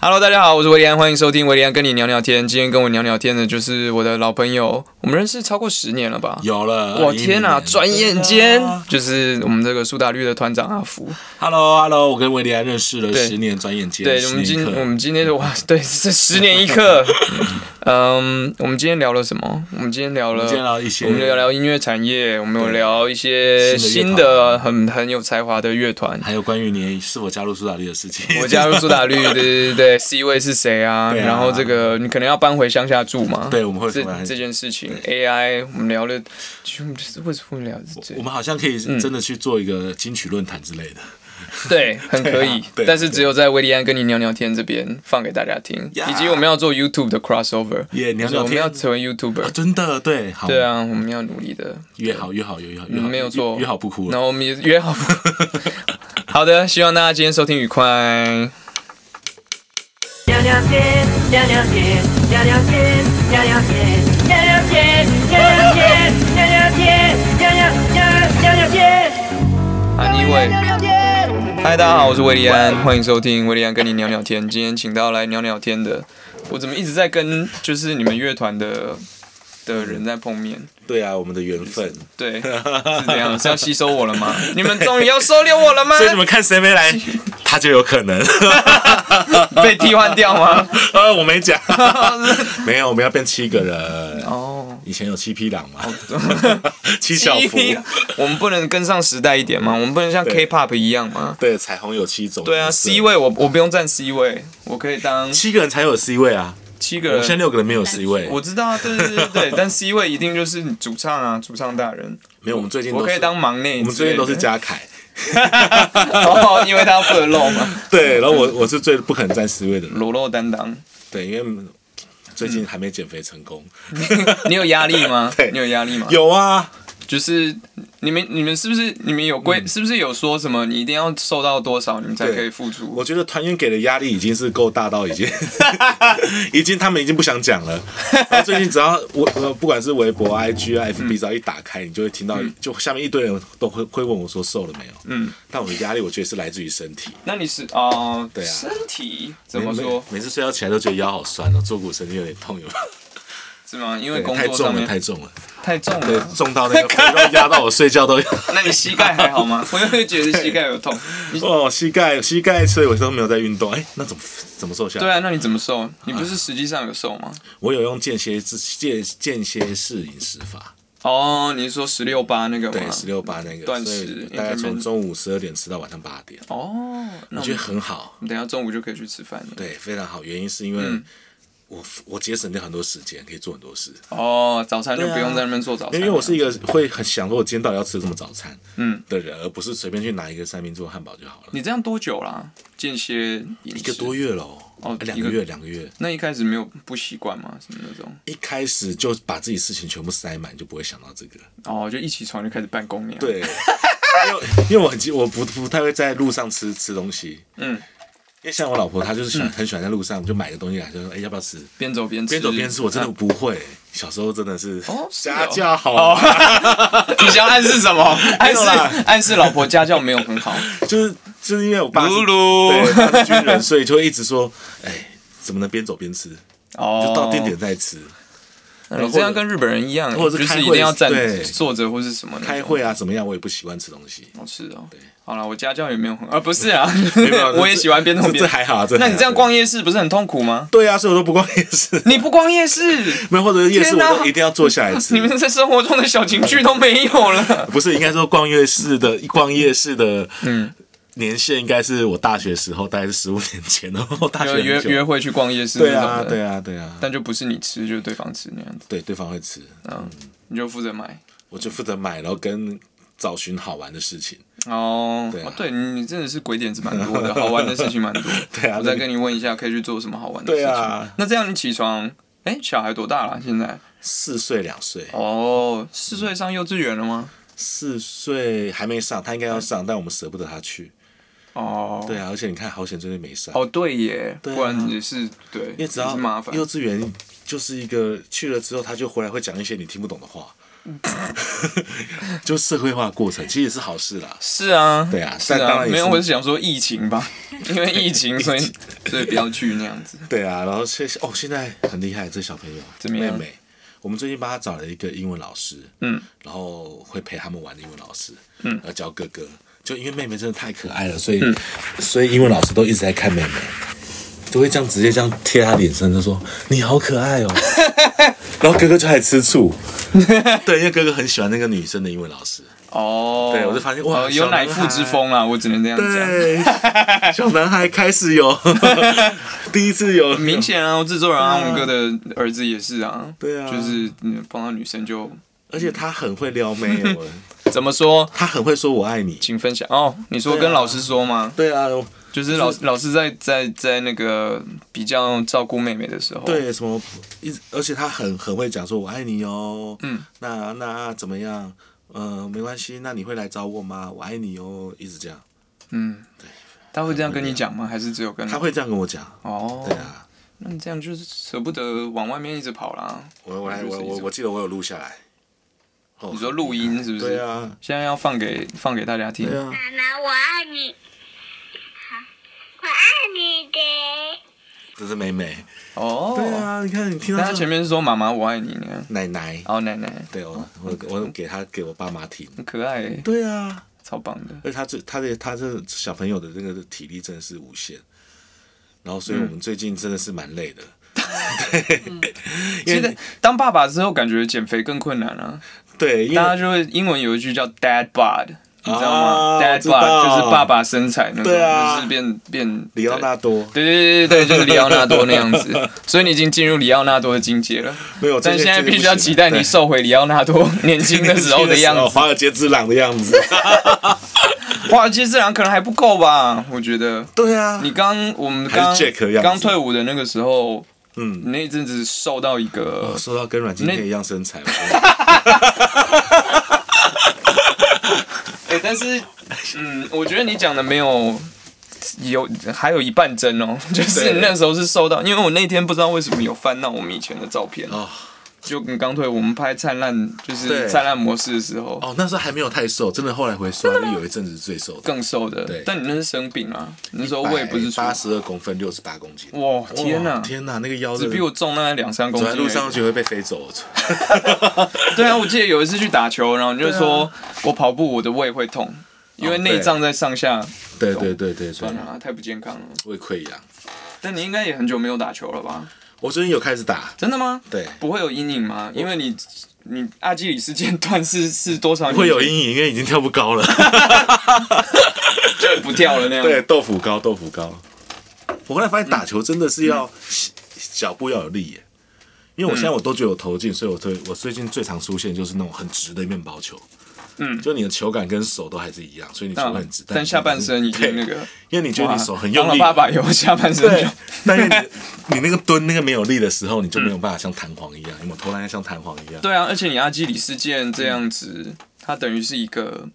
Hello，大家好，我是维利安，欢迎收听维利安跟你聊聊天。今天跟我聊聊天的就是我的老朋友，我们认识超过十年了吧？ 有了，啊我天哪、哪，转眼间就是我们这个苏打绿的团长阿福。 ！Hello Hello，我跟维利安认识了对十年，转眼间对，我十们今年我刻。们今天就哇，对，是十年一 刻。嗯，我们今天聊了什么？我们今天聊我了们今天聊一些我们聊聊音乐产业，我们有聊一些新新的乐团的很很有才华的乐 团。还有关于你是否加入苏打绿的事情，我加入苏打绿，对对对，C 位是谁啊？对啊然后这个你可能要搬回乡下住嘛？ 对我们会这回来这件事情，AI 我们聊了，就就是为什么会聊这我？们好像可以嗯真的去做一个金曲论坛之类的。对，很可以对，啊但是只有在威利安跟你聊聊天这边放给大家听，呀以及我们要做 YouTube 的 crossover，耶就聊聊天是我们要成为 YouTuber，啊真的对，好，对啊，我们要努力的，约好约好约好约好，没有错，约约好不哭然了。后我们也约好不， 好的，希望大家今天收听愉快。聊聊天，聊聊天，聊聊天，聊聊天，聊聊天，聊聊天，聊聊天，聊聊聊聊聊天，啊，你以为？聊聊天。嗨，大家好，我是维利安，欢迎收听维利安跟你聊聊天。今天请到来聊聊天的，我怎么一直在跟就是你们乐团的的人在碰面？ 对啊，我们的缘分。对，是这样，是要吸收我了吗？ 你们终于要收留我了吗？所以你们看谁没 来，他就有可能。被替换掉 吗？呃，我 没讲，没有，我们要变七个人。哦，以前有七匹狼嘛， 七小福，我们不能跟上时代一点吗？我们不能像对 K-pop 一样吗？对，彩虹有七种颜色。对啊，C 位我我不用站 C 位，我可以当七个人才有 C 位啊，七我个们现在人。六个人没有 C 位。我知道啊，对对对对对，但 C 位一定就是主唱啊，主唱大人。没有，我们最近都我是可以当忙内之类的，我们最近都是嘉凯。 哦，因为他不能露嘛， 对，然后我我是最不可能占 C 位的人，裸露担当。对，因为最近还没减肥成 功。你有压力吗？ 对你有压力吗？，有啊，就是你们你们是不是你们有规、是不是有说什么你一定要瘦到多少你们才嗯对可以付出？我觉得团员给的压力已经是够大到已经， 已经他们已经不想讲了。然后最近只要我呃不管是微博、IG 啊、FB，只要一嗯打开，你就会听到，就下面一堆人都会会问我说瘦了没有。嗯，但我的压力我觉得是来自于身体。那你是哦，对啊身体怎么每说每每次睡觉起来都觉得腰好酸哦，坐骨神经有点痛，有没有？是吗？因为对工太作上重了，面太重了，太重对了，。重到那个肥肉压到我睡觉 都有。那你膝盖还好 吗？我又会觉得膝盖有痛。你哦，膝盖膝盖，所以我都没有在运动。哎、那怎么怎么瘦下来？对啊，那你怎么瘦？你不是实际上有瘦吗？我有用间歇制间间歇式饮食法，哦，你是说十六八那个吗？对，十六八那个，断食所以大概 intermittent 从中午十二点吃到晚上八点，哦，那我我觉得们很好，等一下中午就可以去吃饭了。对，非常好。原因是因为我、我节省掉很多时间，可以做很多事。哦，嗯早餐就对啊不用在那边做早餐了、啊因为我是一个会很想说，我今天到底要吃什么早餐，嗯的人，而不是随便去拿一个三明治或汉堡就好了。你这样多久啦？间歇饮一食个多月了哦，哦哎两个一个月，两个月。那一开始没有不习惯吗？什么那种？一开始就把自己事情全部塞满，你就不会想到 这个。哦，就一起床就开始办公那样。，对，因为因为我很急，我不不太会在路上吃吃东西。嗯，因为像我老婆，她就是喜欢、很喜欢在路上就买个东西来，就说：“哎、要不要吃？”边走边吃，边走边吃，我真的啊不会。小时候真的是哦是哦家教好嘛，你想暗示什么？ 暗有啦示暗示老婆家教没有很好。就是就是因为我爸是噜噜对他是军人，所以就会一直说：“哎，怎么能边走边吃？哦，就到定点再吃。”那你这样跟日本人一样，或者就是开会一定要站对坐着或是什么那种开。会啊，怎么样？我也不喜欢吃东西。哦，是哦。好了，我家教也没有很，啊，不是啊没 有，我也喜欢边走这边这。还好啊，这还那好你这样逛夜市不是很痛苦吗？对啊，所以我都不逛夜市，你不逛夜 市，没有或者夜天市我哪都一定要坐下来吃 你。们在生活中的小情趣都没有了。不是，应该说逛夜市的逛夜市的嗯年限应该是我大学时候，大概是十五年前哦，然后大学就很约久约会去逛夜市那对种啊的，对啊对啊，但就不是你吃，就是对方吃那样子，对对方会吃，嗯，你就负责买。我就负责买，然后跟找寻好玩的事情。哦，对啊哦对你你真的是鬼点子蛮多的，好玩的事情蛮多。对 啊我再那个跟你问一下，可以去做什么好玩的事情？对啊那这样你起床，哎，小孩多大了？现在？四岁两岁，哦，四岁上幼稚园了吗？四岁还没上，他应该要上，但我们舍不得他去。哦，对啊，而且你看，好险最近没上，哦对耶，对啊不然也是对，因为只也要是麻烦。幼稚园就是一个去了之后，他就回来会讲一些你听不懂的话。嗯 就社会化的过程，其实也是好事啦。是啊，对啊是但当啊，然也是没有，我是想说疫情吧，因为疫情，所以所以不要去那样子。对啊，然后现哦，现在很厉害，这小朋友，怎么妹样妹，我们最近帮她找了一个英文老师，嗯，然后会陪他们玩的英文老师，嗯，然后教哥哥，就因为妹妹真的太可爱了，所以、嗯所以英文老师都一直在看妹妹，都会这样直接这样贴她脸上，就说你好可爱 哦，然后哥哥就还吃醋，对，因为哥哥很喜欢那个女生的英文 老师，哦， 对我就发现哇哦有奶父之风啊，我只能这样讲。对，小男孩开 始有第一次有明显啊，制作人阿文哥的儿子也是啊，对啊就是嗯碰到女生就而且他很会撩妹哦，怎么说，他很会说我爱你。请分享哦。你说对啊跟老师说吗？对啊，就是老老师在在在那个比较照顾妹妹的时候，，对什么一直，而且他很很会讲说我爱你哦。嗯，那那怎么样？呃，没关系，那你会来找我吗？我爱你哦，一直这样，嗯，他会这样跟你讲吗？还是只有跟他会这样跟我讲。嗯哦对？啊，那你这样就是舍不得往外面一直跑啦。我我来就是我一我种我记得我有录下来。哦你说录音是不是？对。啊，现在要放给放给大家听对。啊，妈妈，我爱你。好，我爱你的。这是妹妹。哦，对啊，你看你听但到他这前面是说妈妈我爱你呢，奶奶。哦奶奶，对哦，我我给他给我爸妈听。很可爱耶，对啊，超棒的。而且他这他的他这小朋友的那个体力真的是无限，然后嗯所以我们最近真的是蛮累的，对，现因在为当爸爸之后，感觉减肥更困难啊。对，因大家为就会英文有一句叫 dad bod，你知道吗、啊 d a 我 d 知道 bod 就是爸爸身材那种，对啊就是变变里奥纳多对对对对对，就是里奥纳多那样 子。所以你已经进入里奥纳多的境界了，没有，但这现在些这些必不须要行期待对你瘦回里奥纳多年轻的时 候的样子。华尔街之狼的 样子，哇，其实这两可能还不够吧？我觉得对啊，你刚我们还是刚 Jack 的样子刚退伍的那个时候，嗯，那一阵子瘦到一个我说到跟阮经呃那天一样 身材，我觉得哎、但是，嗯，我觉得你讲的没有有还有一半真哦， 就是你那时候是收到，因为我那天不知道为什么有翻到我们以前的照片，哦就跟刚退我们拍灿烂就是对灿烂模式的时候。哦，那时候还没有太瘦，真的后来回瘦，就有一阵子最瘦的，更瘦的对，但你那是生病啊，那时候胃不是出，八十二公分，六十八公斤，哇，天哪、哇天哪，那个腰只子比我重那两三公走斤在而已。路上就会被飞走， 对啊，我记得有一次去打球，然后你就说、对啊我跑步我的胃会痛，因为哦内对脏在上下，对对对对对算，了、啊，太不健康了。胃溃疡。但你应该也很久没有打球了吧？我最近有开始打，真的吗？对，不会有阴影吗？因为你你阿基里斯腱断是是多少年？会有阴影，因为已经跳不 高了。就不跳了那样。对，，豆腐高，豆腐高。我后来发现打球真的是要脚步要有力耶，因为我现在我都觉得我投进，所以我最我最近最常出现就是那种很直的面包球。嗯就你的球感跟手都还是一样，所以你球很直，但下半身已经那，对个，因为你觉得哇你手很用当力，了爸爸以后下半身对就，但是你你那个蹲那个没有力的时候，你就没有办法像弹簧一样，有没有投篮要像弹簧一样嗯对啊，而且你阿基里斯腱这样子，它等于是一个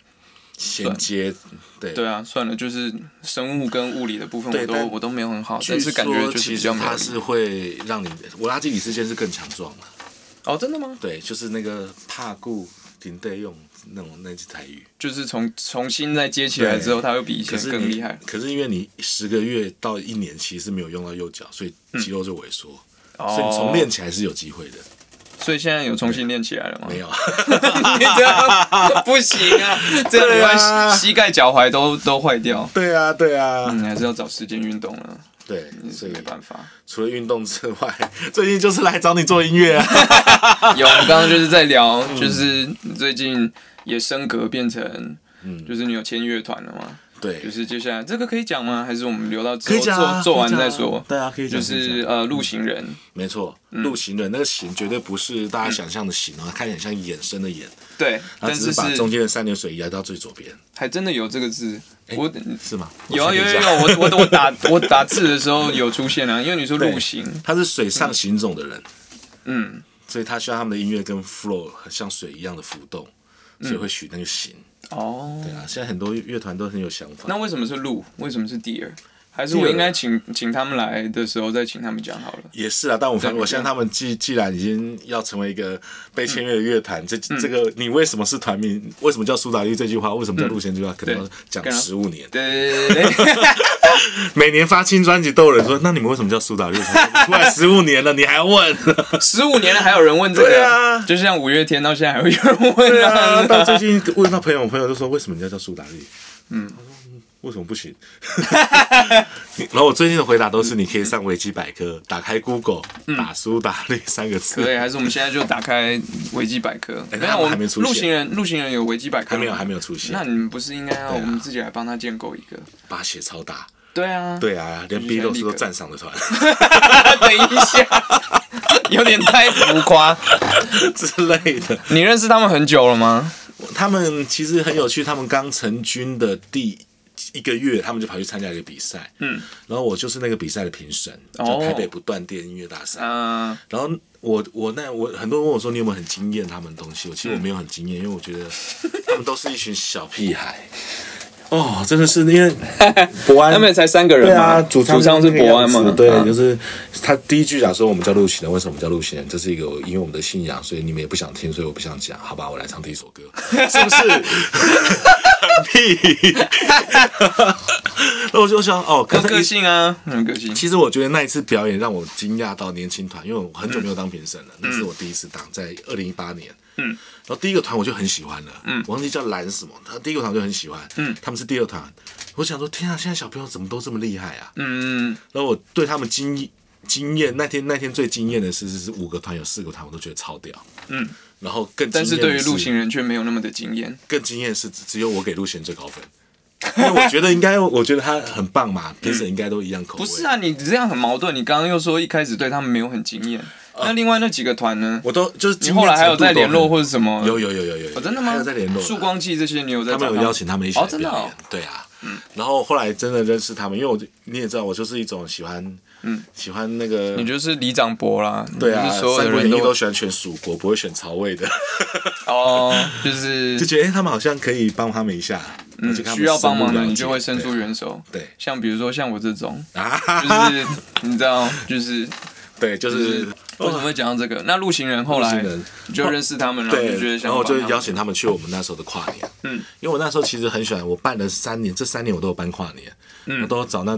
衔接？对对啊，算了，就是生物跟物理的部分对我都但我都没有很好，据但是感觉说就是其比实较没有它力是会让你，我拉基里斯腱是更强壮的，哦，真的吗？对，就是那个怕顾停队用那种那句台语。就是从重新再接起来之后，它会比以可前是更你厉害。可是因为你十个月到一年其实是没有用到右脚，所以嗯肌肉就萎缩，哦所以你重练，起来是有机会的。所以现在有重新练起来了吗？没有， 你这样不行啊，这样对你啊会膝盖、脚踝都都坏掉。对啊，对啊，你还是要找时间运动了，对，也是所以嗯没办法。除了运动之外，最近就是来找你做音乐啊。 有，我们刚刚就是在聊，就是最近也升格变成，嗯就是你有签乐团了嘛？对，就是接下来这个可以讲吗？还是我们留到之可后以讲啊做做完可以讲再啊说？对啊可以讲就是嗯呃，路行人，没错，陆行人那个行绝对不是嗯大家想象的行啊，看起来像衍生的衍，对，他但只是是把中是间的三点水移到最左边，还真的有这个字，哎我。是吗？有啊我有确有定一下有，我我我打我打字的时候有出现啊，因为你说对路行，他是水上行走的人，嗯，所以他需要他们的音乐跟 flow 像水一样的浮动，所以嗯会取那个形。哦，对啊，现在很多乐团都很有想法。那为什么是鹿？为什么是 deer？还是我应该请请他们来的时候再请他们讲好了。 也是啊，但我发对我现在他们既既然已经要成为一个被签约的乐坛，这嗯这个你为什么是团名？为什么叫苏打绿这句话？为什么叫路线这句话？可能嗯要对讲跟他十五年，对对对对，每年发新专辑都有人说，那你们为什么叫苏打绿？出来十五年了，你还问？十五年了还有人问这对个，啊就像五月天到现在还会有人问对 啊，到 啊。最近问到朋友，我朋友就说为什么人家叫苏打绿？嗯，为什么不行？ 然后我最近的回答都是，你可以上维基百科，打开 Google，打苏打绿三个字可。以，还是我们现在就打开维基百科？哎没他有，们我还们没出现路行人，路行人有维基百科吗，还没有，还没有出现那。你们不是应该要对啊我们自己来帮他建构一个？把血超大，对啊，对啊，连就是 B 现在六立是都刻赞赏的团 等一下， 有点太浮夸。之类的。你认识他们很久了吗？他们其实很有趣，他们刚成军的第一个月，他们就跑去参加一个比赛，嗯，然后我就是那个比赛的评审，叫哦台北不断电音乐大赛，嗯、然后我我那我很多人问我说你有没有很惊艳他们的东西？我其实我没有很惊艳，因为我觉 得他们都是一群小屁孩。哦，真的是因为伯安他们才三个人对嘛啊，主唱主唱是那个伯安嘛样子对，嗯就是他第一句讲说我们叫陆行人，为什么我们叫陆行人？这是一个我因为我们的信仰，所以你们也不想听，所以我不想讲，好吧，我来唱第一首 歌，是不是？ 屁！那我就想哦，可有是个性啊，很有个性。其实我觉得那一次表演让我惊讶到年轻团，因为我很久没有当评审了，嗯那是我第一次当，在二零一八年。嗯，然后第一个团我就很喜欢了，嗯，我忘记叫蓝什么，他第一个团我就很喜欢，嗯，他们是第二团，我想说天啊，现在小朋友怎么都这么厉害啊？嗯，然后我对他们惊惊艳，那天那天最惊艳的是是是五个团有四个团我都觉得超屌，嗯，然后更惊但是艳对于的陆行人却没有那么的惊艳。更惊艳是只只有我给陆贤最高分。因为我觉得应该，我觉得他很棒嗯嘛，评审应该都一样口不味。是啊，你这样很矛盾。你刚刚又说一开始对他们没有很惊艳，那另外那几个团呢？哦我都就是你后来还有在联络或者者什么？有有有有有哦，真的吗？还有在联络。曙光记这些你有在他找们有邀请他们一起来哦，表真的演，哦。对啊。然后后来真的认识他们，因为我就你也知道，我就是一种喜欢，嗯，喜欢那个，你就是李长博啦，对啊，你就是所有三的国演人义都喜欢选蜀国，不会选曹 魏的，哦，就 就是觉得哎、诶他们好像可以帮他们一下，我就跟他们嗯需要帮忙的，深入了解你就会伸出援手。对对像比如说像我这 种，就啊，是你知道，哦就是 对，就就是是。为什么会讲到这个？那陆行人后来陆行人你就认识他们，然后对，就觉得想然要后我就帮他们邀请他们去我们那时候的跨年。嗯，因为我那时候其实很喜欢，我办了三年，这三年我都有办跨年，我都找那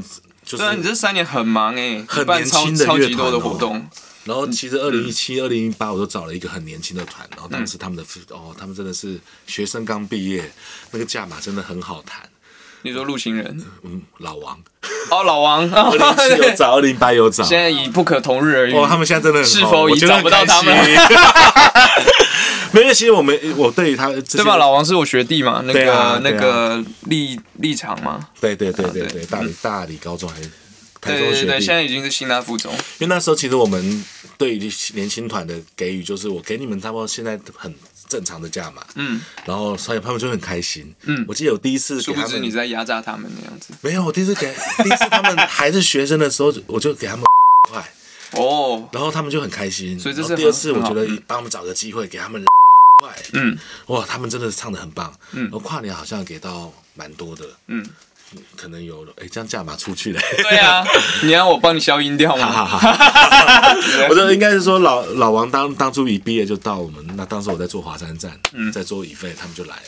嗯就是对啊，你这三年很忙哎，很办年超轻的超乐级多的团哦活动，然后其实二零一七、嗯二零一八，我都找了一个很年轻的团，然后当时他们的、哦，他们真的是学生刚毕业，那个价码真的很好谈。你说陆行人嗯，老 王，哦，老王， 二零一 七有找，二零一八有找，现在已不可同日而语。哦，他们现在真的很是红否我已觉得找很不到他们开心？ 没有，因为其实我们我对于他这些对吧？老王是我学弟嘛，那对个、啊那对啊个立立场嘛，对对对对啊对，对大理大理高中还是台对中对学对，弟现，在已经是新大附中，因为那时候其实我们对于年轻团的给予，就是我给你们他们现在很正常的价码，嗯，然后所以他们就会很开心，嗯，我记得我第一次殊给不他知你们，在压榨他们那样子。没有，我第一次 给第一次他们还是学生的时候，我就给他们 块，哦，然后他们就很开心，所以这是然后第很二次，我觉得很好帮他们找个机会给他 们块，嗯，哇，他们真的是唱的很棒，嗯，然后跨年好像给到蛮多的，嗯，可能有，哎，这样价码出去了，对啊， 你让我帮你消音掉哈吗？哈哈。 我觉得应该是说老老王当当初一毕业就到我们，那当时我在做华山站，在做乙费，他们就来了，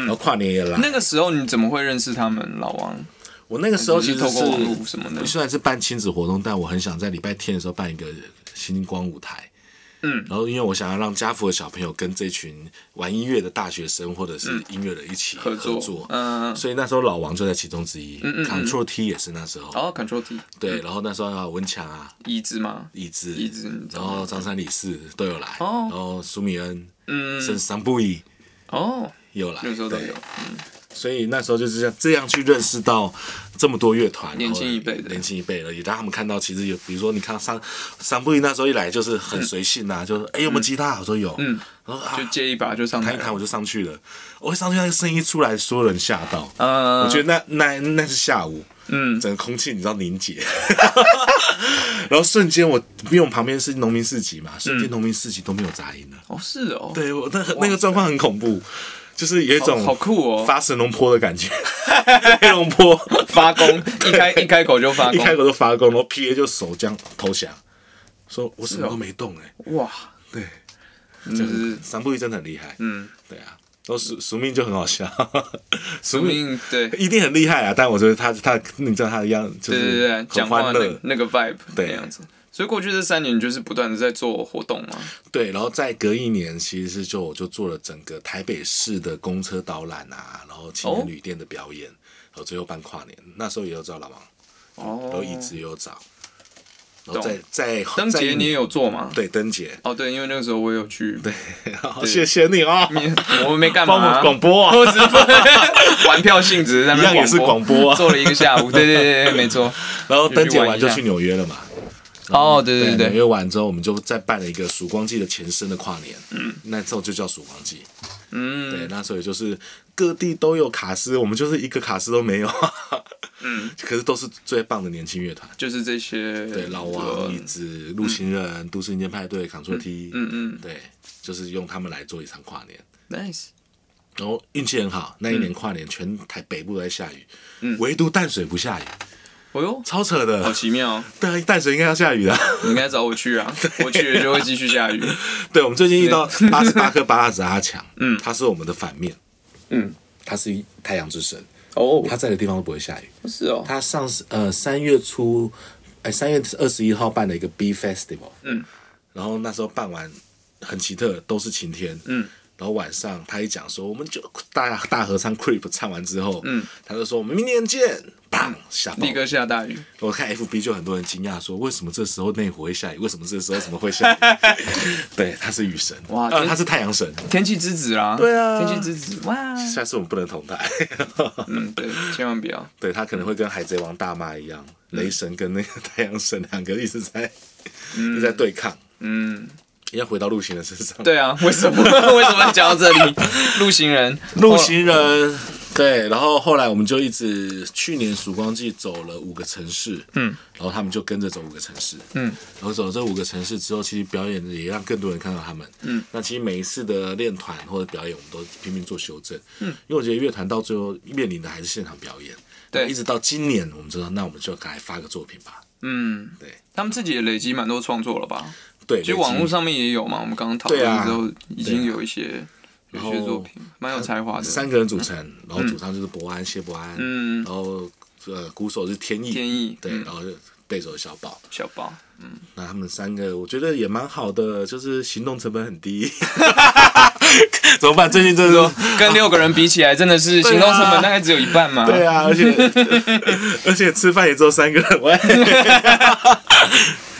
然后跨年也来。嗯那个时候你怎么会认识他们？老王，我那个时候其实你是透过网络是什么的虽然是办亲子活动，但我很想在礼拜天的时候办一个星光舞台。嗯，然后因为我想要让家福的小朋友跟这群玩音乐的大学生或者是音乐人一起嗯合作嗯嗯嗯所以那时候老王就在其中之一嗯嗯哦嗯，Control T 也是那时候，然后 Control T 对，然后那时候还有文强啊，椅子吗？椅子，椅子然后张三李四都有来，嗯哦然后苏米恩，嗯甚至桑布伊哦，也有来，那个时候都对有。所以那时候就是这样这样去认识到这么多乐团，年轻然后一辈的年轻一辈的，也让他们看到其实有，比如说你看桑桑布伊那时候一来就是很随性嗯啊，就是哎有没有吉他？我说有，嗯，然后啊就借一把就上弹台一了弹我就上去了，我一上去那个声音一出来，所有人吓到，嗯，我觉得那那那是下午，嗯整个空气你知道凝结， 然后瞬间我因为我们旁边是嗯农民市集嘛，瞬间农民市集都没有杂音了。哦是哦，对我那那个状况很恐怖，就是有一种好酷哦发神龙坡的 感觉，黑龙坡发功，一开一开口就发一开功，口就发功，然后 P A 就手这样投降，说我什么都没动哎、哇，对，嗯就就是是三步一真的很厉害，嗯，对啊，然后署署命就很好笑，署宿命对对一定很厉害啊，但我觉得他他你知道他的样子就对对是对，很讲欢话那乐个，那个 vibe 那对样子。所以过去这三年就是不断的在做活动嘛，对，然后再隔一年，其实是就我就做了整个台北市的公车导览啊，然后哦青年旅店的表演，然后最后办跨年，那时候也有找老王，然后哦，椅子也有找，然懂后再再灯再一节你也年有做吗？对灯节，哦，对，因为那个时候我有去，对，好谢谢你哦， 我们没干嘛帮啊，我广播啊，我只是 玩票性质在那一样边也是广播啊做了一个下午，对对对对，没错。然后灯节完就就去玩一下去纽约了嘛。哦，对对嗯纽对约完之后，我们就再办了一个曙光季的前身的跨年，嗯，那时候就叫曙光季，嗯，对，那时候也就是各地都有卡司，我们就是一个卡司都没有，嗯， 可是都是最棒的年轻乐团，就是这些，对，老王、椅子、陆行人、都市人间派对、扛错梯，嗯嗯对，就是用他们来做一场跨年。 ，nice，然后运气很好，那一年跨年全台北部都在下雨，唯独淡水不下雨，哦哟，超扯好的。奇妙嗯哦，对啊，淡水应该要下雨的。你应该找我去 啊，我去了就会继续下雨。对，我们最近遇到八十八颗巴拉子阿强，嗯他是我们的反面，嗯，他是一太阳之神，哦他在的地方都不会下雨。是哦，他上呃三月初，哎三月二十一号办了一个 B Festival，嗯，然后那时候办完很奇特，都是晴天，嗯，然后晚上他一讲说，我们就大大合唱 Creep 唱完之后，嗯，他就说我们明年见，砰下暴立雨刻下大雨，我看 FB 就很多人惊讶说，为什么这时候内湖会下雨？为什么这时候怎么会 下雨？对，他是雨神，哇呃，天他是太阳神。天气之子啦，对啊天气之子，哇，下次我们不能同台，嗯，对，千万不要， 对他可能会跟海贼王大妈一样，雷神跟那个太阳神两个一直在、一直在对抗。嗯，要回到陆行人身上，对啊，为 什么为什么讲到这 里？路行人，哦陆行人，对，然后后来我们就一直去年曙光季走了五个城市，嗯，然后他们就跟着走五个城市，嗯，然后走了这五个城市之后，其实表演也让更多人看到他们，嗯，那其实每一次的练团或者表演，我们都拼命做修正，嗯，因为我觉得乐团到最后面临的还是现场表演，对一直到今年我们知道，那我们就该发个作品吧，嗯，对他们自己也累积蛮多创作了吧？对，其实累积网络上面也有嘛，我们刚刚讨对论啊之后，已经有一些、有然一些作后品，蛮有才华的。三个人组成，然后主唱就是伯安谢伯安，嗯然后呃鼓手是天意，天意对，嗯然后贝手是小宝。小宝，那他们三个，我觉得也蛮好的，就是行动成本很低。 怎么办？最近真的跟六个人比起来，真的是对啊行动成本大概只有一半嘛。 对啊，而且 而且吃饭也只有三个人喂。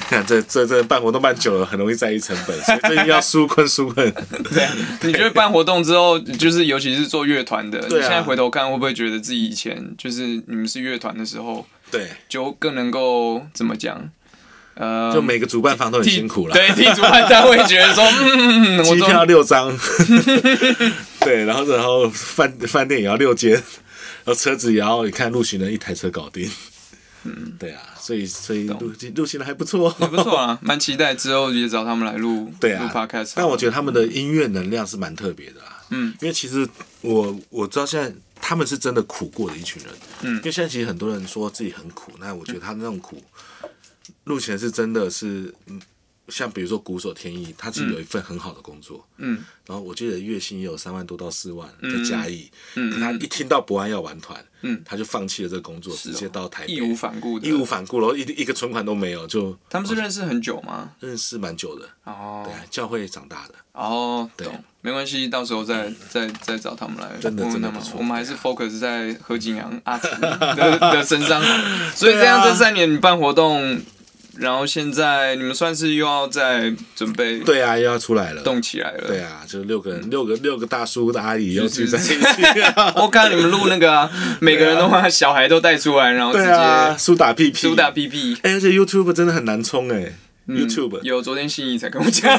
看这这这办活动办久了，很容易在意成本， 所以最近要纾困纾困。对啊，你觉得办活动之后，就是尤其是做乐团的，你对啊现在回头看，会不会觉得自己以前就是你们是乐团的时候，对，就更能够怎么讲？呃，就每个主办方都很替辛苦了。对，替主办单位觉得 说，嗯，我机终票六 张，对，然后然后饭饭店也要六间，然后车子也要，你看陆行人一台车搞定。嗯，对啊，所以所以陆陆行人还不错，也不错啊，蛮期待之后也找他们来录对录啊 podcast。嗯但我觉得他们的音乐能量是蛮特别的啦。嗯，因为其实我我知道现在他们是真的苦过的一群人。嗯，因为现在其实很多人说自己很苦，那我觉得他那种苦，陆前是真的是，嗯，像比如说鼓手天意，他其实有一份很好的工作。嗯，然后我记得月薪也有三万多到四万，在嘉义。嗯，可他一听到博安要玩团，嗯他就放弃了这个工作，哦直接到台北，义无反顾的，义无反顾，然后一一个存款都没有，就他们是认识很久吗？认识蛮久的。哦对，啊，教会长大的。哦，对懂，没关系，到时候再再再找他们来真的问问真的他们不。错我们还是对啊 focus 在何景阳阿紫 的的身上，所以这样对啊这三年你办活动，然后现在你们算是又要再准备对啊，又要出来了。动起来了对。啊，就是六个人，六个六个大叔大阿姨又是聚在一 起、啊。我看你们录那个 啊，每个人都把小孩都带出来，然后直对啊，接苏打屁屁，苏打。屁屁。哎、而且 YouTube 真的很难冲哎、嗯 YouTube 有昨天心仪才跟我 讲，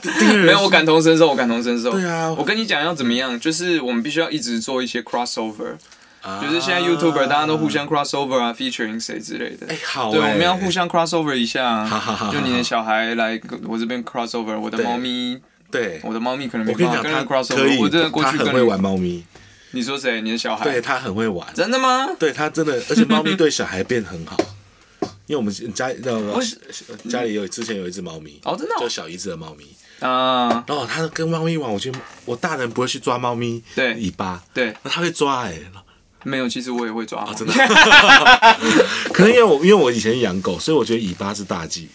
订阅人数没有，我感同身受，我感同身受。对啊我跟你讲要怎么样，就是我们必须要一直做一些 crossover，啊就是现在 YouTuber 大家都互相 crossover 啊，featuring 谁之类的。哎、好、欸，对，我们要互。相 crossover 一下好好好啊，好就你的小孩来我这边 crossover，我的对猫咪对，我的猫咪可能没我跟办你法讲，跟他人 cross 可 over。我真的以，过他去跟很会人玩猫咪，你说谁？你的小孩？对他很会玩，真的吗？对他真的，而且猫咪对小孩变很好。因为我们家那我个是呃家里有之前有一只猫咪，哦真的哦就小一只的猫咪。啊，然后它跟猫咪玩，我觉得我大人不会去抓猫咪对尾巴，对，那它会抓哎、没有，其实我也会抓猫。啊真的。可能因为我因为我以前养狗，所以我觉得尾巴是大忌。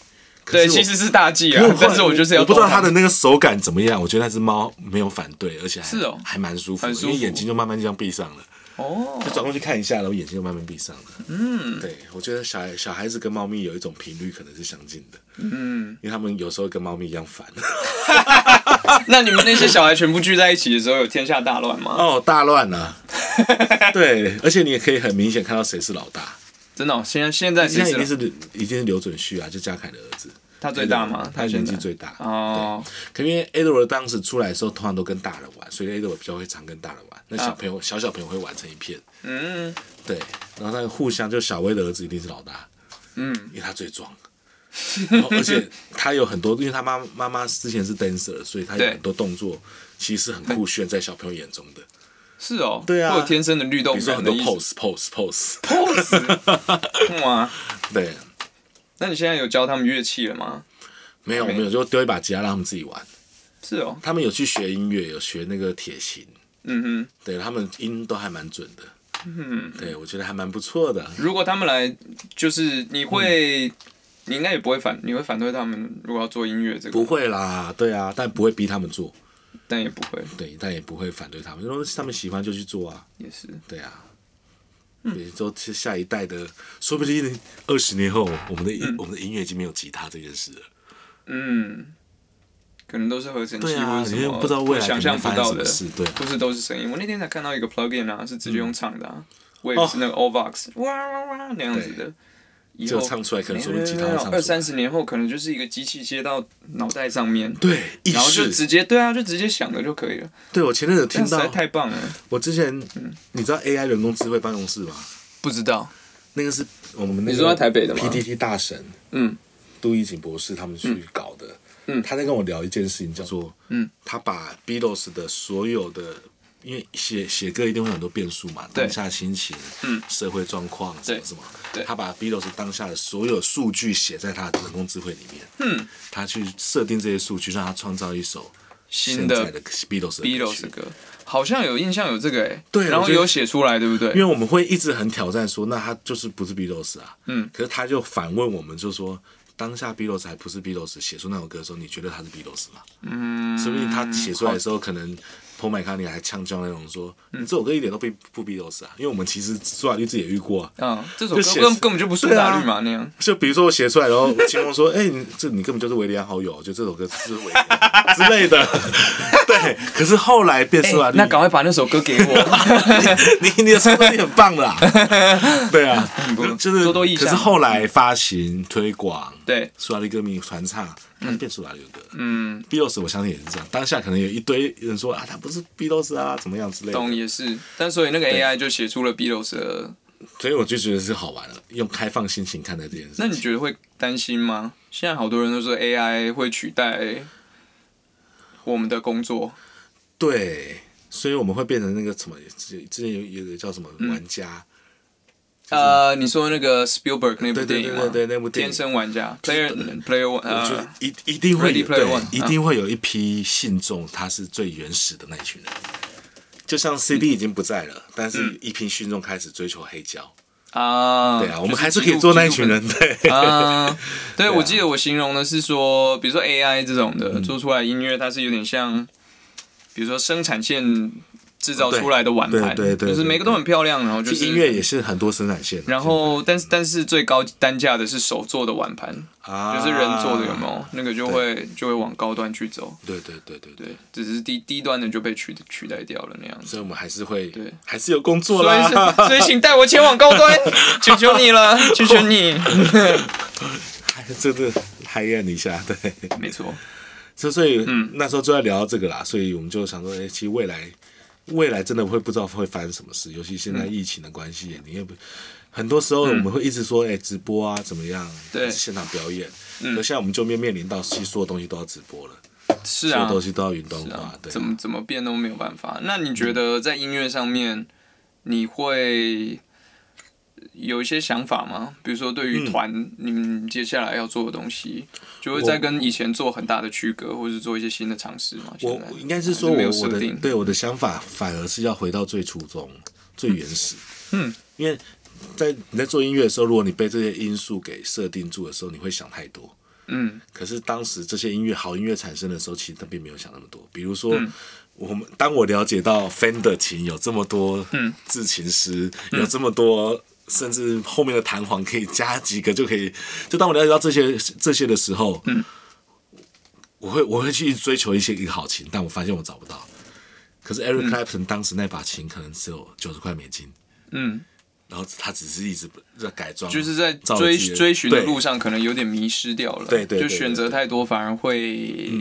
可是对，我其实是大忌因啊为我后，来但是我就是要我不知道它的动那个手感怎么样。我觉得那只猫没有反对，而且还是哦还蛮舒服的，很舒服因为眼睛就慢慢这样闭上了，它哦，就转过去看一下，然后眼睛就慢慢闭上了。嗯，对，我觉得小孩小孩子跟猫咪有一种频率可能是相近的，嗯，因为他们有时候跟猫咪一样烦。 那你们那些小孩全部聚在一起的时候，有天下大乱吗？哦，大 乱了、对，而且你也可以很明显看到谁是老大。真的哦，现在现在现谁在一是定是一定是刘准旭啊，就嘉凯的儿子。他最大吗？他年纪现在最大。哦，可因为 Edward 当时出来的时候，通常都跟大人玩，所以 Edward 比较会常跟大人玩。那小朋友、小小朋友会玩成一片，啊嗯对。然后那个互相，就小威的儿子一定是老大，嗯，因为他最壮。然后而且他有很多，因为他妈妈妈之前是 dancer，所以他有对很多动作其实很酷炫，在小朋友眼中的，是哦，对啊会有天生的律动比如说感很的多意思。 pose pose pose， pose，哇，对，嗯啊那你现在有教他们乐器了吗？没有还没没有，就丢一把吉他让他们自己玩。是哦，他们有去学音乐，有学那个铁琴，嗯对他们音都还蛮准的，嗯，对我觉得还蛮不错的。哼，如果他们来，就是你嗯会，你应该也不会反，你会反对他们如果要做音乐这个，不，会啦，对啊，但不会逼他们做，但也不会，对，但也不会反对他们，因为他们喜欢就去做啊，也是，对啊。嗯比如说是下一代的，说不定二十年后，我们的音、我们的音乐已经没有吉他这件事了。嗯，可能都是合成器对或啊，者什你么，又不知道未来想可象能不发到生什的么，事，对啊，不是都是声音。我那天才看到一个 plugin 啊，是直接用唱的、嗯啊 w a v 哦 e s 那个 Ovox，哇哇哇那样子的。以就后唱出来可能说没有明吉他没有没有唱出二三来。十年后，可能就是一个机器接到脑袋上面，对，意然后就识。直接对啊，就直接想的就可以了。对我前阵子有这样听实在到，太嗯棒了。我之前你知道 AI 人工智慧办公室吗？不知道，那个是我们那个你说在台北的吗 PTT 大神嗯，杜义景博士他们去搞的。嗯他在跟我聊一件事情，叫做嗯，他把 Beatles 的所有的，因为写写歌一定会有很多变数嘛，对当下心情，嗯，社会状况什么对什么，对他把 Beatles 当下的所有数据写在他的人工智慧里面，嗯，他去设定这些数据，让他创造一首新现的在的 Beatles 的歌 Beatles 曲的。歌好像有印象有这个哎、对然我后觉得有写出来，对不对？因为我们会一直很挑战说，那他就是不是 Beatles 啊？嗯可是他就反问我们，就说当下 Beatles 还不是 Beatles 写出那首歌的时候，你觉得他是 Beatles 吗？嗯，说不定他写出来的时候，可能 Paul 嗯 McCartney 还呛叫那种说，你这首歌一点都不不 Beatles 啊，因为我们其实苏打绿自己也遇过啊。嗯，这首就歌写啊根根本就不苏打绿嘛、那样。就比如说我写出来，然后秦风说：“哎、你这你根本就是维里安好友，我觉得这首歌是维里安之类的。” 对，可是后来变苏打哎绿，那赶快把那首歌给我。 你你的创作力很棒啦，对啊不，就是嗯多多益善可是后来发行推广，对，苏打绿歌迷传唱，它就变苏打绿歌。嗯， Beatles 我相信也是这样，当下可能有一堆人说啊，他不是 Beatles 啊，怎么样之类懂的。也是，但所以那个 AI 就写出了 Beatles 的。所以我就觉得是好玩了，用开放心情看待这件事。那你觉得会担心吗？现在好多人都说 AI 会取代我们的工作，对，所以我们会变成那个什么，之之前有有个叫什么玩家，呃，你说那个 Spielberg 那部对对电影吗？对对对那部电影天生玩家 Player Player One，我觉得呃，一一定会 Ready 有 Player 对 One，，嗯一定会有一批信众，他是最原始的那一群人。就像嗯 CD 已经不在了，但是一批信众开始追求黑胶。啊，对啊，我们就是还是可记以录做那记录一群本人。对，啊，对，啊嗯我记得我形容的是说，比如说 AI 这种的做出来的音乐，它是有点像，比如说生产线制造出来的碗盘，对对对对就是每个都很漂亮，然后就 就是音乐，也是很多生产线的。然后但是但是最高单价的是手做的碗盘，啊就是人做的有没？有？那个就会就会往高端去走，对对对对对，对，只是低低端的就被取取代掉了那样子。所以我们还是会对，还是有工作所以啦是，。所以请带我前往高端，求求你了，求求你。 这个嗨验一下，对。没错，所以所以嗯那时候就在聊到这个啦，所以我们就想说，哎、其实未来未来真的会不知道会发生什么事，尤其现嗯在疫情的关系，你也不很多时候我们会一直说，哎、直播啊怎么样，对嗯还是现场表演，可现在我们就面面临到，其实所有东西都要直播了，是所有啊，东西都要运动是化啊，，对嗯怎。么怎么变都没有办法。那你觉得在音乐上面，你会有一些想法吗？比如说，对嗯于团，你们接下来要做的东西，就会再跟以前做很大的区隔，或是做一些新的尝试吗？我现在我应该是说还没我有我设的定对我的想法反而是要回到最初衷、最原始。嗯，因为在你在做音乐的时候，如果你被这些因素给设定住的时候，你会想太多。嗯可是当时这些音乐好音乐产生的时候，其实他并没有想那么多。比如说，嗯我们当我了解到 Fender 琴有这么多制琴嗯师，有这么多，甚至后面的弹簧可以加几个就可以。就当我了解到这些这些的时候，嗯我会我会去追求一些一个好琴，但我发现我找不到。可是 Eric Clapton 当时那把琴可能只有九十块美金，嗯，然后他只是一直在改装，就是在照着追自己追寻的对路上，可能有点迷失掉了。对对对嗯就选择太多，反而会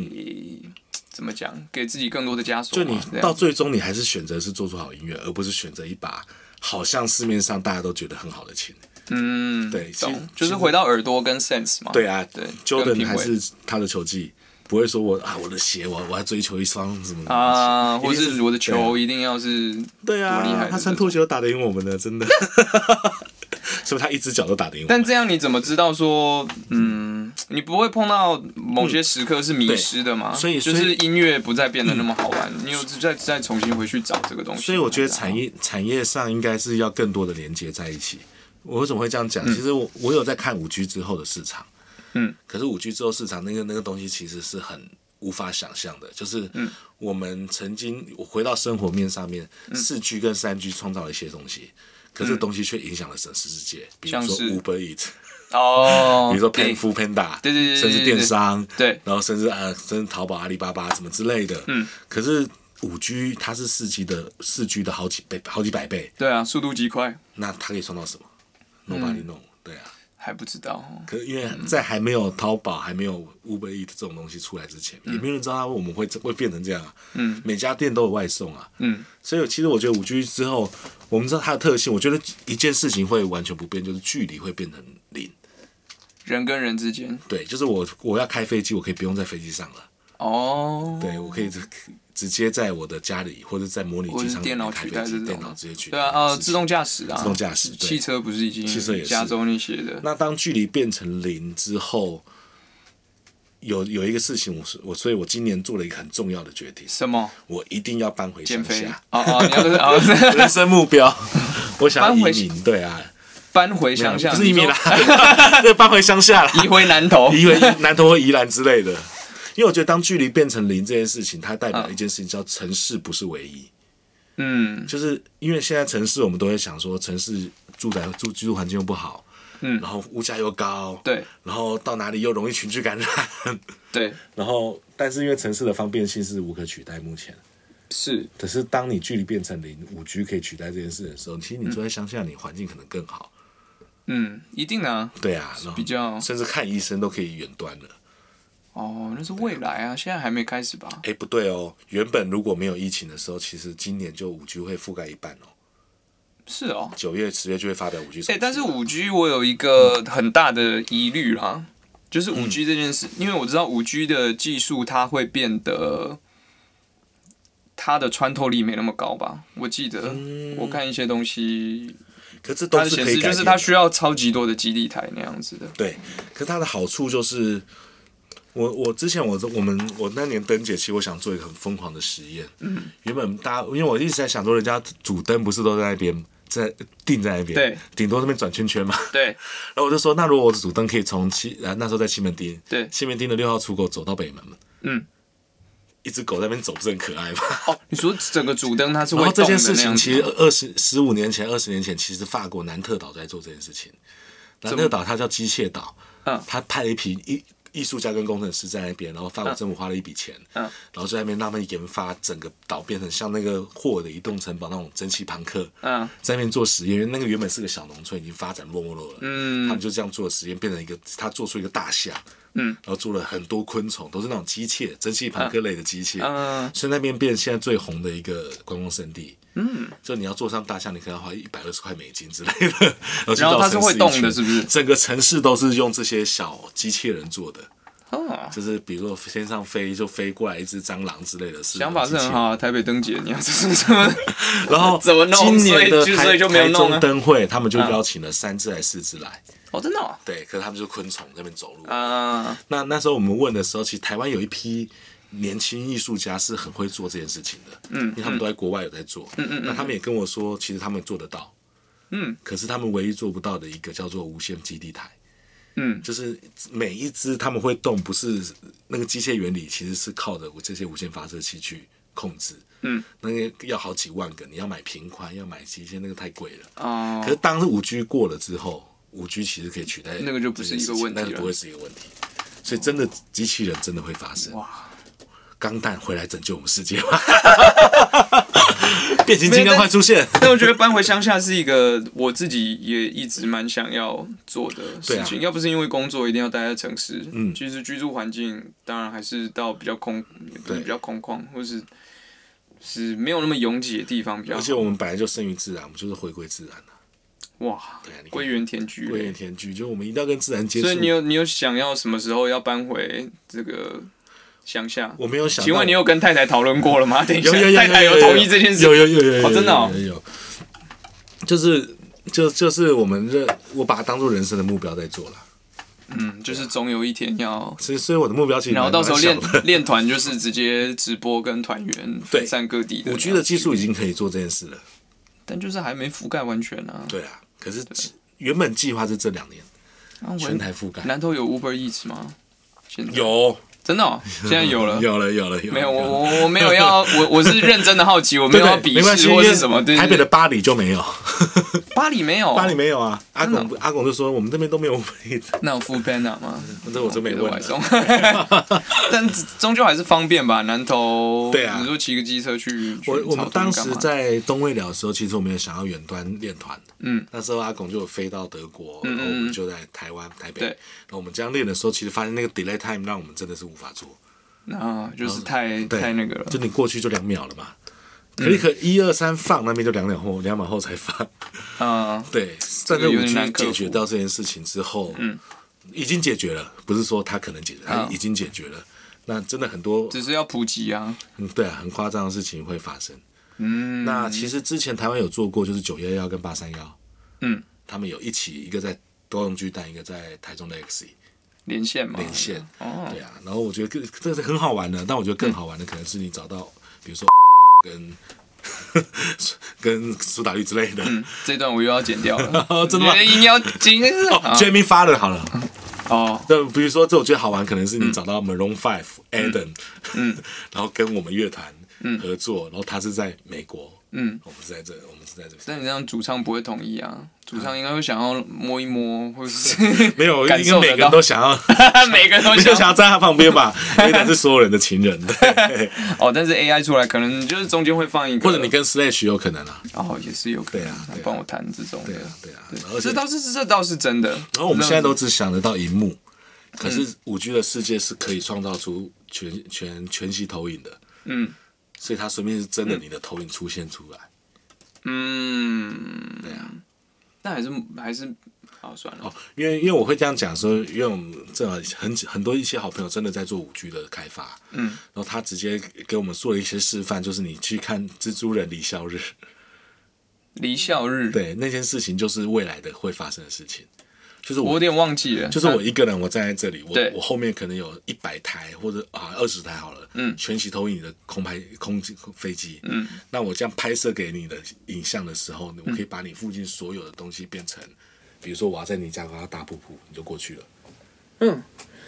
怎么讲，给自己更多的枷锁就嘛。你这样到最终，你还是选择是做出好音乐，而不是选择一把好像市面上大家都觉得很好的琴。嗯，对其实懂，就是其实回到耳朵跟 sense 嘛。对啊，对跟品味，Jordan 还是他的球技，不会说我啊我的鞋，我我要追求一双什么什么啊，琴或一定是我的球对啊一定要是，对多厉害啊的，他穿拖鞋都打得赢我们的，真的。 所以他一只脚都打得赢我们。但这样你怎么知道说，嗯，你不会碰到某些时刻是迷失的吗？嗯对所以就所是以嗯音乐不再变得那么好玩，你有再再重新回去找这个啊东西。所以我觉得产业产业上应该是要更多的连接在一起。我为什么会这样讲？其实我我有在看五 G 之后的市场，嗯，可是五 G 之后市场那个那个东西其实是很无法想象的，就是嗯我们曾经我回到生活面上面，嗯四 G 跟三 G 创造了一些东西，可是东西却影响了整个世界，比如像说是 Uber Eat，哦，比如说对 Pan f o o Panda，对对对对甚至电商，对然后甚至啊，甚至淘宝、阿里巴巴什么之类的，嗯，可是五 G 它是四 G 的四 G 的好几倍、好几百倍，对啊，速度极快那它可以创造什么？Nobody 嗯 know，、对啊。还不知道哦，可是因为在还没有淘宝、还没有 Uber Eat 这种东西出来之前，嗯也没有人知道它我们会会变成这样啊。嗯，每家店都有外送啊。嗯，所以其实我觉得五 G 之后，我们知道它的特性，我觉得一件事情会完全不变，就是距离会变成零。人跟人之间对，就是我我要开飞机，我可以不用在飞机上了。哦，对，我可以直直接在我的家里或者在模拟或机者是上电脑开取飞代这机，种，电脑直接取代对啊，这件呃，事自情动驾驶啊，自动驾驶对汽车不是已经汽车也是加州那些的，那当距离变成零之后，有有一个事情我，是我，所以我今年做了一个很重要的决定，什么我一定要搬回减乡肥 下，哦哦，你要是哦， 人生目标，我想要搬回移民，对啊，搬回乡下，不是移民啦 你，对，搬回乡下 啦，说，移回南投，移回南投或宜兰之类的。因为我觉得当距离变成零这件事情，它代表一件事情，叫城市不是唯一。嗯就是因为现在城市，我们都会想说，城市住宅住居住环境又不好，嗯然后物价又高，对然后到哪里又容易群聚感染， 对然后但是因为城市的方便性是无可取代，目前。是，可是当你距离变成零，五 G 可以取代这件事的时候，其实你住在乡下，你环境可能更好。嗯，一定啊，对啊，然后比较甚至看医生都可以远端了。哦，那是未来啊，现在还没开始吧？哎，不对哦，原本如果没有疫情的时候，其实今年就五 G 会覆盖一半哦，是哦，九月、十月就会发表五 G 手机哎、了。但是五 G 我有一个很大的疑虑啦，就是嗯五 G 这件事，因为我知道五 G 的技术它会变得，它的穿透力没那么高吧？我记得、我看一些东西，可是这它嗯都的是显可以示改就是变它的需要超级多的基地台那样子的，对，可是它的好处就是，我我之前我我们我那年灯节，其实我想做一个很疯狂的实验。嗯，原本大家因为我一直在想说，人家主灯不是都在那边在定在那边，对，顶多那边转圈圈嘛。对， 然后我就说，那如果我的主灯可以从西啊那时候在西门町，对西门町的六号出口走到北门嘛，嗯，一只狗在那边走不是很可爱吗？哦你说整个主灯它是会然后动这的件事那样情子其吗实二十十五年前、二十年前，其实法国南特岛在做这件事情。南特岛它叫机械岛，嗯他派了一批艺艺术家跟工程师在那边，然后法国政府花了一笔钱，嗯然后在那边让他们研发整个岛变成像那个霍尔的移动城堡那种蒸汽朋克，嗯在那边做实验，因为那个原本是个小农村，已经发展没落了，嗯他们就这样做实验，变成一个他做出一个大象，嗯然后做了很多昆虫，都是那种机械蒸汽朋克类的机械，嗯所以那边变成现在最红的一个观光胜地。嗯，就你要坐上大象，你可能要花一百二十块美金之类的。然后去 然后绕它是城市会一动的圈是不是整个城市都是用这些小机器人做的，哦，就是比如说天上飞就飞过来一只蟑螂之类的事。想法是很好啊。台北灯节，你要这是什 么？然后怎么弄今年的所以就所台以就没有台弄啊中灯会，他们就邀请了三只还是四只来，哦，真的哦对，可是他们就是昆虫在那边走路。啊，那那时候我们问的时候，其实台湾有一批年轻艺术家是很会做这件事情的，嗯，因为他们都在国外有在做，嗯嗯，那他们也跟我说，其实他们做得到，嗯，可是他们唯一做不到的一个叫做无线基地台。嗯就是每一只他们会动，不是那个机械原理，其实是靠着这些无线发射器去控制。嗯，那个要好几万个，你要买平宽，要买机械，那个太贵了。可是哦，当五 G 过了之后，五 G 其实可以取代那个就不是一个问题了那个不会是一个问题。所以真的机器人真的会发生。哇，钢弹回来拯救我们世界吧！ 变形金刚快出现。但我觉得搬回乡下是一个我自己也一直蛮想要做的事情。对啊要不是因为工作一定要待在城市，嗯其实居住环境当然还是到比较空，也不是对比较空旷，或是是没有那么拥挤的地方比较而且好。我们本来就生于自然，我们就是回归自然了。哇对啊你，看归园田居，欸归园田居，就我们一定要跟自然接触。所以你有你有想要什么时候要搬回这个乡下？我没有想到，请问你有跟太太讨论过了吗？等一下，有有有太太有同意这件事？有有有有有，哦真的哦有有有，就是就就是我们认我把它当做人生的目标在做了，嗯，就是总有一天要。所以所以我的目标其实然后到时候练蛮 小的练团就是直接直播跟团员分散各地的。五 G 的技术已经可以做这件事了，但就是还没覆盖完全啊。对啊，可是原本计划是这两年啊我全台覆盖，南投有 Uber Eats 吗？现在有真 的、哦，现在有了。有了有了有了，没有，我有了我我没有 要，我我是认真的好奇，我没对有要对，鄙没关系视，或因是为什么。对对台北的对巴黎就没有，巴黎没有，巴黎没有啊。阿的哦拱阿拱就说我们这边都没有 Uber Eats，那有 Food Panda 吗？这嗯我就没别的问外了送。， 但终究还是方便吧。南投，对啊你说骑个机车去，去我我草屯们当干时嘛，在东卫聊的时候，其实我们有想要远端练团，嗯，那时候阿拱就有飞到德国，嗯嗯然后我们就在台湾台北，对然后我们这样练的时候，其实发现那个 delay time 让我们真的是无法做，啊，就是太嗯对太那个了嗯就。你过去就两秒了嘛，可是可一二三放那边就两秒后，两秒后才放， 啊，对，但是有五点难 G 克服解决到这件事情之后，嗯，已经解决了，不是说它可能解决，它嗯已经解决了。那真的很多只是要普及啊。嗯，对啊，很夸张的事情会发生。嗯，那其实之前台湾有做过，就是九幺幺跟八三幺，嗯，他们有一起一个在高雄巨蛋，一个在台中的 X，E 连线嘛，连线哦，对啊。然后我觉得更这是很好玩的，但我觉得更好嗯玩的可能是你找到，比如说跟 跟苏打绿之类的，，嗯，这段我又要剪掉了 真的吗你音要紧是哦啊，Jamie f a t h e r 好了。哦，那比如说这我觉得好玩，可能是你找到 Maroon Five、Adam，嗯， 然后跟我们乐团合作，然后他是在美国，嗯，我们是在这，我们是在这。但你这样主唱不会同意啊，主唱应该会想要摸一摸，或是 没 有，感因受为得每个人到都 想要。每 个人都你就想想要站在他旁边吧，因为他是所有人的情 人，对哦，但是 AI 出来可能就是中间会放一个，或者你跟 Slash 有可能啊，哦也是有可能对啊对啊帮我弹这种的对。啊，对啊，对而这且然倒是这倒是真的。后我们现在都只想得到荧幕，可是五 G 的世界是可以创造出全全全息投影的，嗯所以它随便是真的你的投影出现出来，嗯，对啊，那还是还是好算了。哦，因为因为我会这样讲说，因为我们正好很很多一些好朋友真的在做五 G 的开发，嗯，然后他直接给我们做了一些示范，就是你去看《蜘蛛人》李孝日，离校日，对那件事情就是未来的会发生的事情，就是我我有点忘记了。就是我一个人，我站在这里，我对我后面可能有一百台或者啊二十台好了，嗯全息投影的空拍空空飞机，嗯，那我这样拍摄给你的影像的时候，我嗯可以把你附近所有的东西变成，比如说我要在你家搞大瀑布，你就过去了，嗯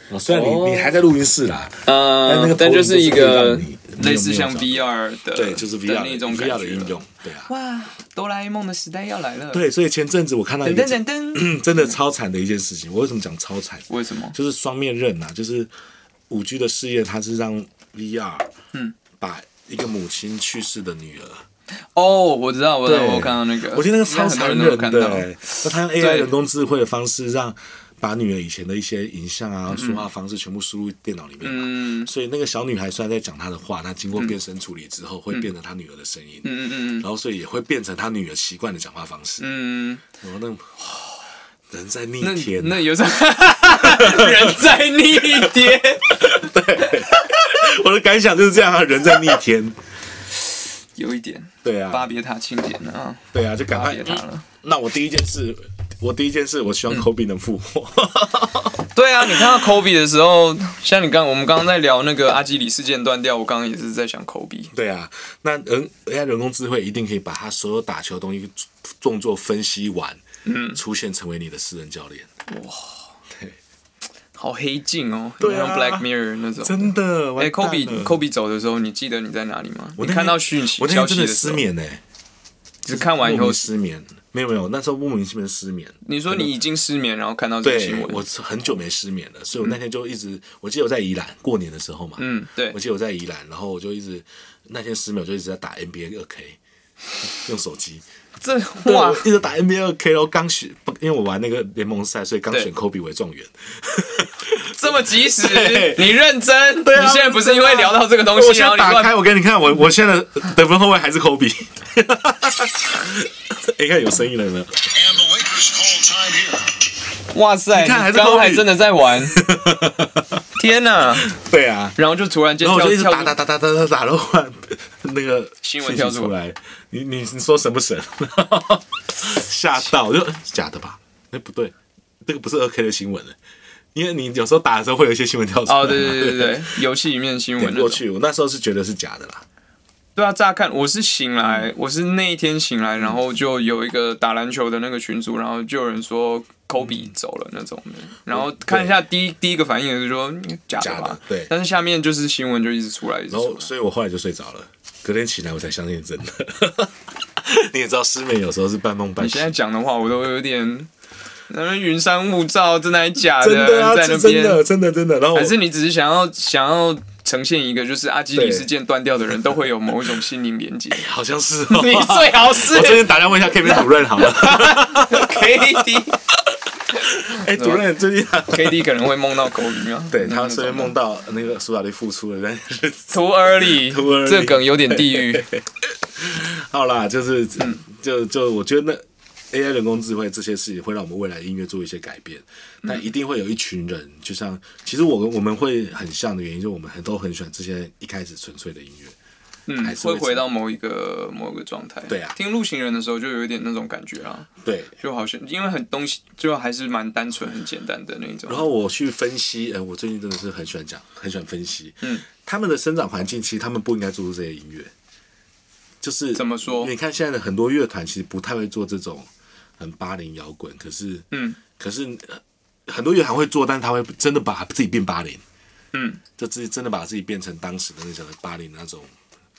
哦，虽然你、哦你还在录音室啦，但那呃个但就是一个投影就是可以让你类似像你有没 VR 的，对，就是 VR 的的那种感 VR 觉的了应用。，对啊，哇，哆啦 A 梦的时代要来了。，对，所以前阵子我看到一噔个嗯噔噔噔，真的超惨的一件事情，我为什么讲超惨？为什么？就是双面刃啊，就是五 G 的事业，它是让 VR，嗯，把一个母亲去世的女儿，哦，我知道，我知道，对我有看到那个，我觉得那个超应该残很多人忍都有看的、到。欸。那他用 AI 人工智慧的方式，让把女儿以前的一些影像啊、说话方式全部输入电脑里面嘛。嗯所以那个小女孩虽然在讲她的话，她经过变声处理之后，会变成她女儿的声音，嗯嗯嗯嗯然后所以也会变成她女儿习惯的讲话方式。嗯，然后那人在逆那天，那有啥？人在逆天， 我的感想就是这样啊，人在逆天。有一点对巴啊，别塔庆典啊，对啊，就赶巴快别。塔了。嗯那我第一件事，我第一件事，我希望 Kobe 能复活。 对啊，你看到 Kobe 的时候，像你刚我们刚刚在聊那个阿基里事件断掉，我刚刚也是在想 Kobe。对啊，那人 AI 人工智慧一定可以把他所有打球的东西动作分析完，嗯，出现成为你的私人教练。好黑镜哦，对啊像 Black Mirror 那种。真的，哎哎，Kobe Kobe 走的时候，你记得你在哪里吗？我你那天看到讯息我那消天息真的时候失，眠呢、只看完以莫后名，失眠，没有没有，那时候莫名其妙失眠。你说你已经失眠，然后看到这个对新，闻我，很久没失眠了，所以我那天就一直，我记得我在宜兰过年的时候嘛，嗯，对我，记得我在宜兰，然后我就一直那天失眠，我就一直在打 NBA 二 K，用手机，这对，哇我，一直打 NBA 二 K，然后刚选，不因为我玩那个联盟赛，所以刚对选科比为状元，这么及时对，你认真，对啊你现在不是因为聊到这个东我西，现然后在啊你打开，乱，我给你看，我我现在的得分后卫还是科比， 哎，看有声音了有没有？ And the Lakers call time here. 哇塞，你看还是你刚刚 Kobe 还真的在 玩，天哪！对啊，然后就突然间然后我跳就一直跳打出打打打打打打，然后忽然那个新闻讯息跳出出来，你你你说神不神？吓到，我就假的吧？哎、不对，这个不是二 K 的新闻了，因为你有时候打的时候会有一些新闻跳出来嘛。哦，对对对对对，游戏里面的新闻点那过种。去，我那时候是觉得是假的啦。对啊，乍看我是醒来，嗯我是那一天醒来，然后就有一个打篮球的那个群组，然后就有人说科嗯比走了那种的，然后看一下第一第一个反应就是说嗯假的假吧的，对但是下面就是新闻就一直出来，一直然出后，来。所以我后来就睡着了。隔天起来，我才相信真的。你也知道，失眠有时候是半梦半你现在醒。讲的话，我都有点那边云山雾罩，真的还假真的啊，在是那真的，边，真的，真的。然后我还是你只是想要想要呈现一个就是啊阿基里对事件断掉的人都会有某一种心灵 连接。好像是、哦，你最好是我最近打电话问一下 Kevin 主任好了。 K D 哎、主任最近、 K D 可能会梦到狗比啊， 对那他虽然梦到那个苏打绿复出了，但是 Too early， Too early 这梗有点地狱。好啦，就是嗯就就我觉得那 AI 人工智慧这些事情会让我们未来音乐做一些改变，嗯但一定会有一群人，就像其实我跟我们会很像的原因，就是我们很都很喜欢这些一开始纯粹的音乐。 还嗯，是会会回到某一个某个状态。对啊听《路行人》的时候就有一点那种感觉啊，对，就好像因为很东西就还是蛮单纯、很简单的那种。然后我去分析，哎、我最近真的是很喜欢讲，很喜欢分析，嗯，他们的生长环境其实他们不应该做出这些音乐，就是怎么说你看现在的很多乐团其实不太会做这种很八零摇滚，可是，嗯，可是呃很多乐团会做，但是他会真的把自己变八零，嗯，就自己真的把自己变成当时的那种八零那种，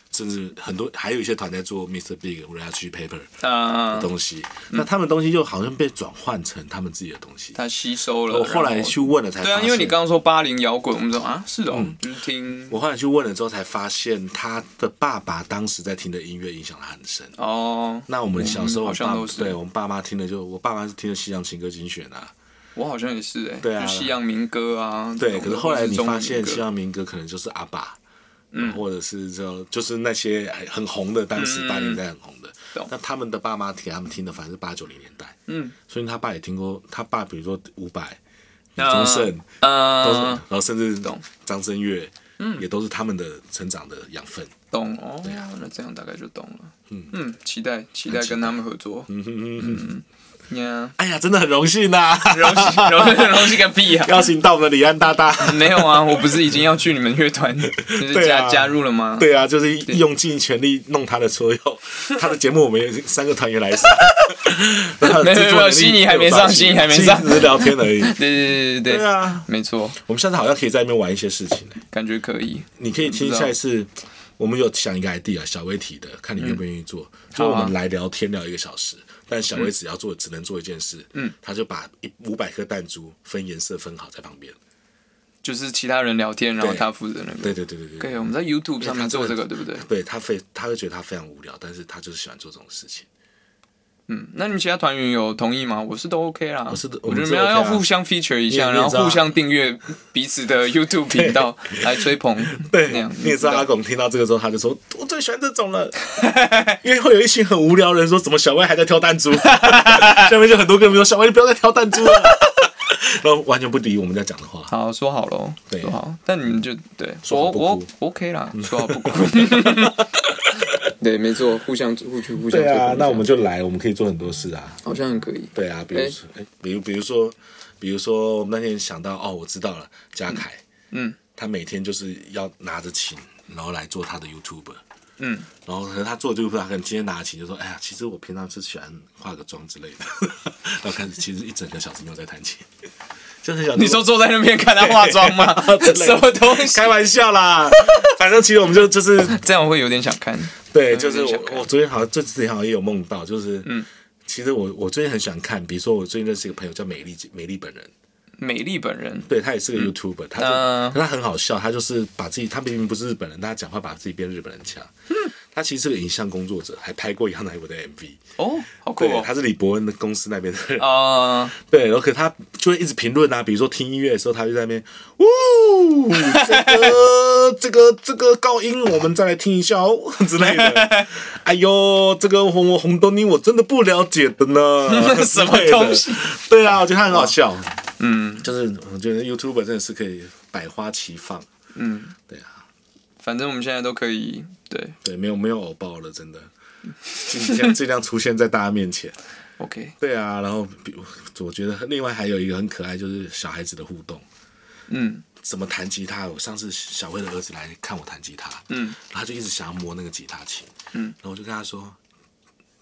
甚至很多还有一些团在做 Mr. Big、r a c h Paper 啊的，东西，嗯那他们东西就好像被转换成他们自己的东西。他吸收了。我后来然去问了才对啊，发因为现嗯你刚刚说八零摇滚，我们说啊，是的哦，就是听我后来去问了之后，才发现他的爸爸当时在听的音乐影响他很深。哦。那我们小时嗯候，我好像爸都是对我们爸妈听的就，我爸妈是听的西洋情歌精选啊，我好像也是哎，对啊就西洋民歌啊。对。这种可是后来或你中文发现，民歌西洋民歌可能就是阿爸，嗯，或者是就就是那些哎很红的，当时嗯八零年代很红的懂。那他们的爸妈给他们听的，反正是八九零年代，嗯，所以他爸也听过，他爸比如说伍啊佰、李那宗盛，都是，嗯然，后甚至懂张震岳，嗯，也都是他们的成长的养分。懂哦。啊那这样大概就懂了。嗯期待期待跟他们合作。嗯哼哼哼哼。呀，哎呀，真的很荣幸 啊呐、 荣幸荣幸荣幸个屁啊！邀请到我们的李安大大。没有啊，我不是已经要去你们乐团，就是对加、啊加入了吗？ 对啊，就是用尽全力弄他 的所有，他的节目我们也是三个团员来上。然后没有没有没制作能有力悉尼还没上悉尼还没上只是聊天而已。对对对 对对啊，没错，我们下次好像可以在那边玩一些事情、欸、感觉可以。你可以嗯听下一次，我们有想一个 idea，小薇提的，看你愿不愿意做。就是我嗯好啊们来聊天聊一个小时，但小薇只要做只能做一件事，嗯，他就把一五百颗弹珠分颜色分好在旁边。就是其他人聊天，然后他负责那个。对对对对对。嗯可以，我们在 YouTube 上面做这个，因为他真对的不对？对他非他会觉得他非常无聊，但是他就是喜欢做这种事情。嗯，那你们其他团员有同意吗？我是都 OK 啦，我是都我觉得我们没是有 OK 要啊互相 feature 一你下，也然后知道啊互相订阅彼此的 YouTube 频道来吹捧，对那样，你也知道阿对拱听到这个之后，他就说：“我最喜欢这种了， 因为会有一群很无聊的人说，怎么小歪还在挑 弹珠？下面就很多个人说，小歪你不要再挑弹珠了， 然后完全不理我们在讲的话。好，说好喽，对说好，但你们就对说我好不我哭 OK 啦，说好不哭。嗯 对，没错，互相互去互相对啊，那我们就就来，我们可以做很多事啊。好像可以。对啊，比如哎说，哎比如比如说，比如说，我们那天想到，哦，我知道了，嘉凯，嗯，他每天就是要拿着琴，然后来做他的 YouTube。嗯，然后可能他做这部分，他可能今天拿琴就说：“哎呀，其实我平常是喜欢化个妆之类的。” 然后开始其实一整个小时没有在弹琴，就很想？你说坐在那边看他化妆 吗之类的什么东西？开玩笑啦，反正其实我们就就是这样我会有点想看。对，嗯就是有我点想看我昨天好像这之前好像也有梦到，就是嗯，其实我我最近很喜欢看，比如说我最近认识一个朋友叫美丽美丽本人，美丽本人，对他也是个 YouTuber，、他就、嗯可他很好笑，他就是把自己他明明不是日本人，但他讲话把自己变日本人腔。嗯他其实是个影像工作者，还拍过杨乃武的 MV。哦，好酷对，哦他。是李伯恩的公司那边的人。啊，对，然后可他就会一直评论啊，比如说听音乐的时候，他就在那边，呜，这个这个 这个高音，我们再来听一下哦 之 类的。哎呦，这个红红豆泥我真的不了解的呢， 什么之类的东西？对啊，我觉得他很好笑，嗯就是我觉得 YouTube 真的是可以百花齐放。嗯，对啊，反正我们现在都可以。对对，没有没有偶爆了，真的，尽量 尽量出现在大家面前。 ，OK，对啊，然后比我觉得另外还有一个很可爱，就是小孩子的互动，嗯怎么弹吉他。我上次小薇的儿子来看我弹吉他，嗯，嗯然后他就一直想要摸那个吉他琴，嗯然后我就跟他说，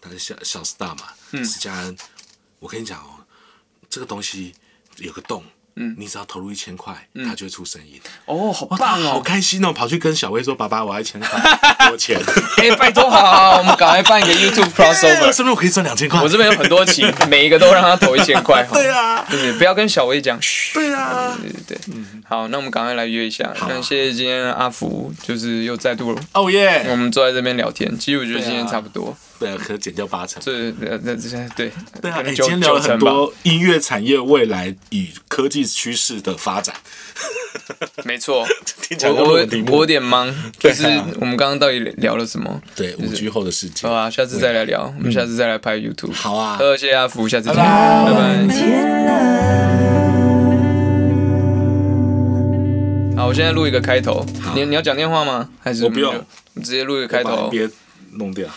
他是小小 star 嘛，嗯史嘉恩，我跟你讲哦，这个东西有个洞。嗯，你只要投入一千块，它就会出声音。哦，好哇，嗯他棒好 哦！开心哦，跑去跟小薇说：“爸爸，我要 一千块，多钱？”哎，拜托，好好，好我们赶快办一个 YouTube 哎 crossover。是不是我可以赚两千块？ 我这边有很多期，每一个都让他投一千 块。好吗对啊，对，不要跟小薇讲。嘘对啊。对对对，好，那我们赶快来约一下。啊那谢谢今天阿福，就是又再度哦我耶！们坐在这边聊天。其实我觉得对啊今天差不多，对啊，可能减掉八成。这呃这这对对啊，可哎能今九天聊了九很成吧，多音乐产业未来与科技趋势的发展，没 错。听起我来我都我题有目。点忙，就对啊是我们刚刚到底聊了什么？对，五 G 后的世界好。啊，下次再来聊，我们下次再来拍 YouTube。好啊，呃，谢谢阿福，下次见，拜拜。好，我现在录一个开头，你你要讲电话吗？还是我不们用就，我们直接录一个我开把头。别弄掉。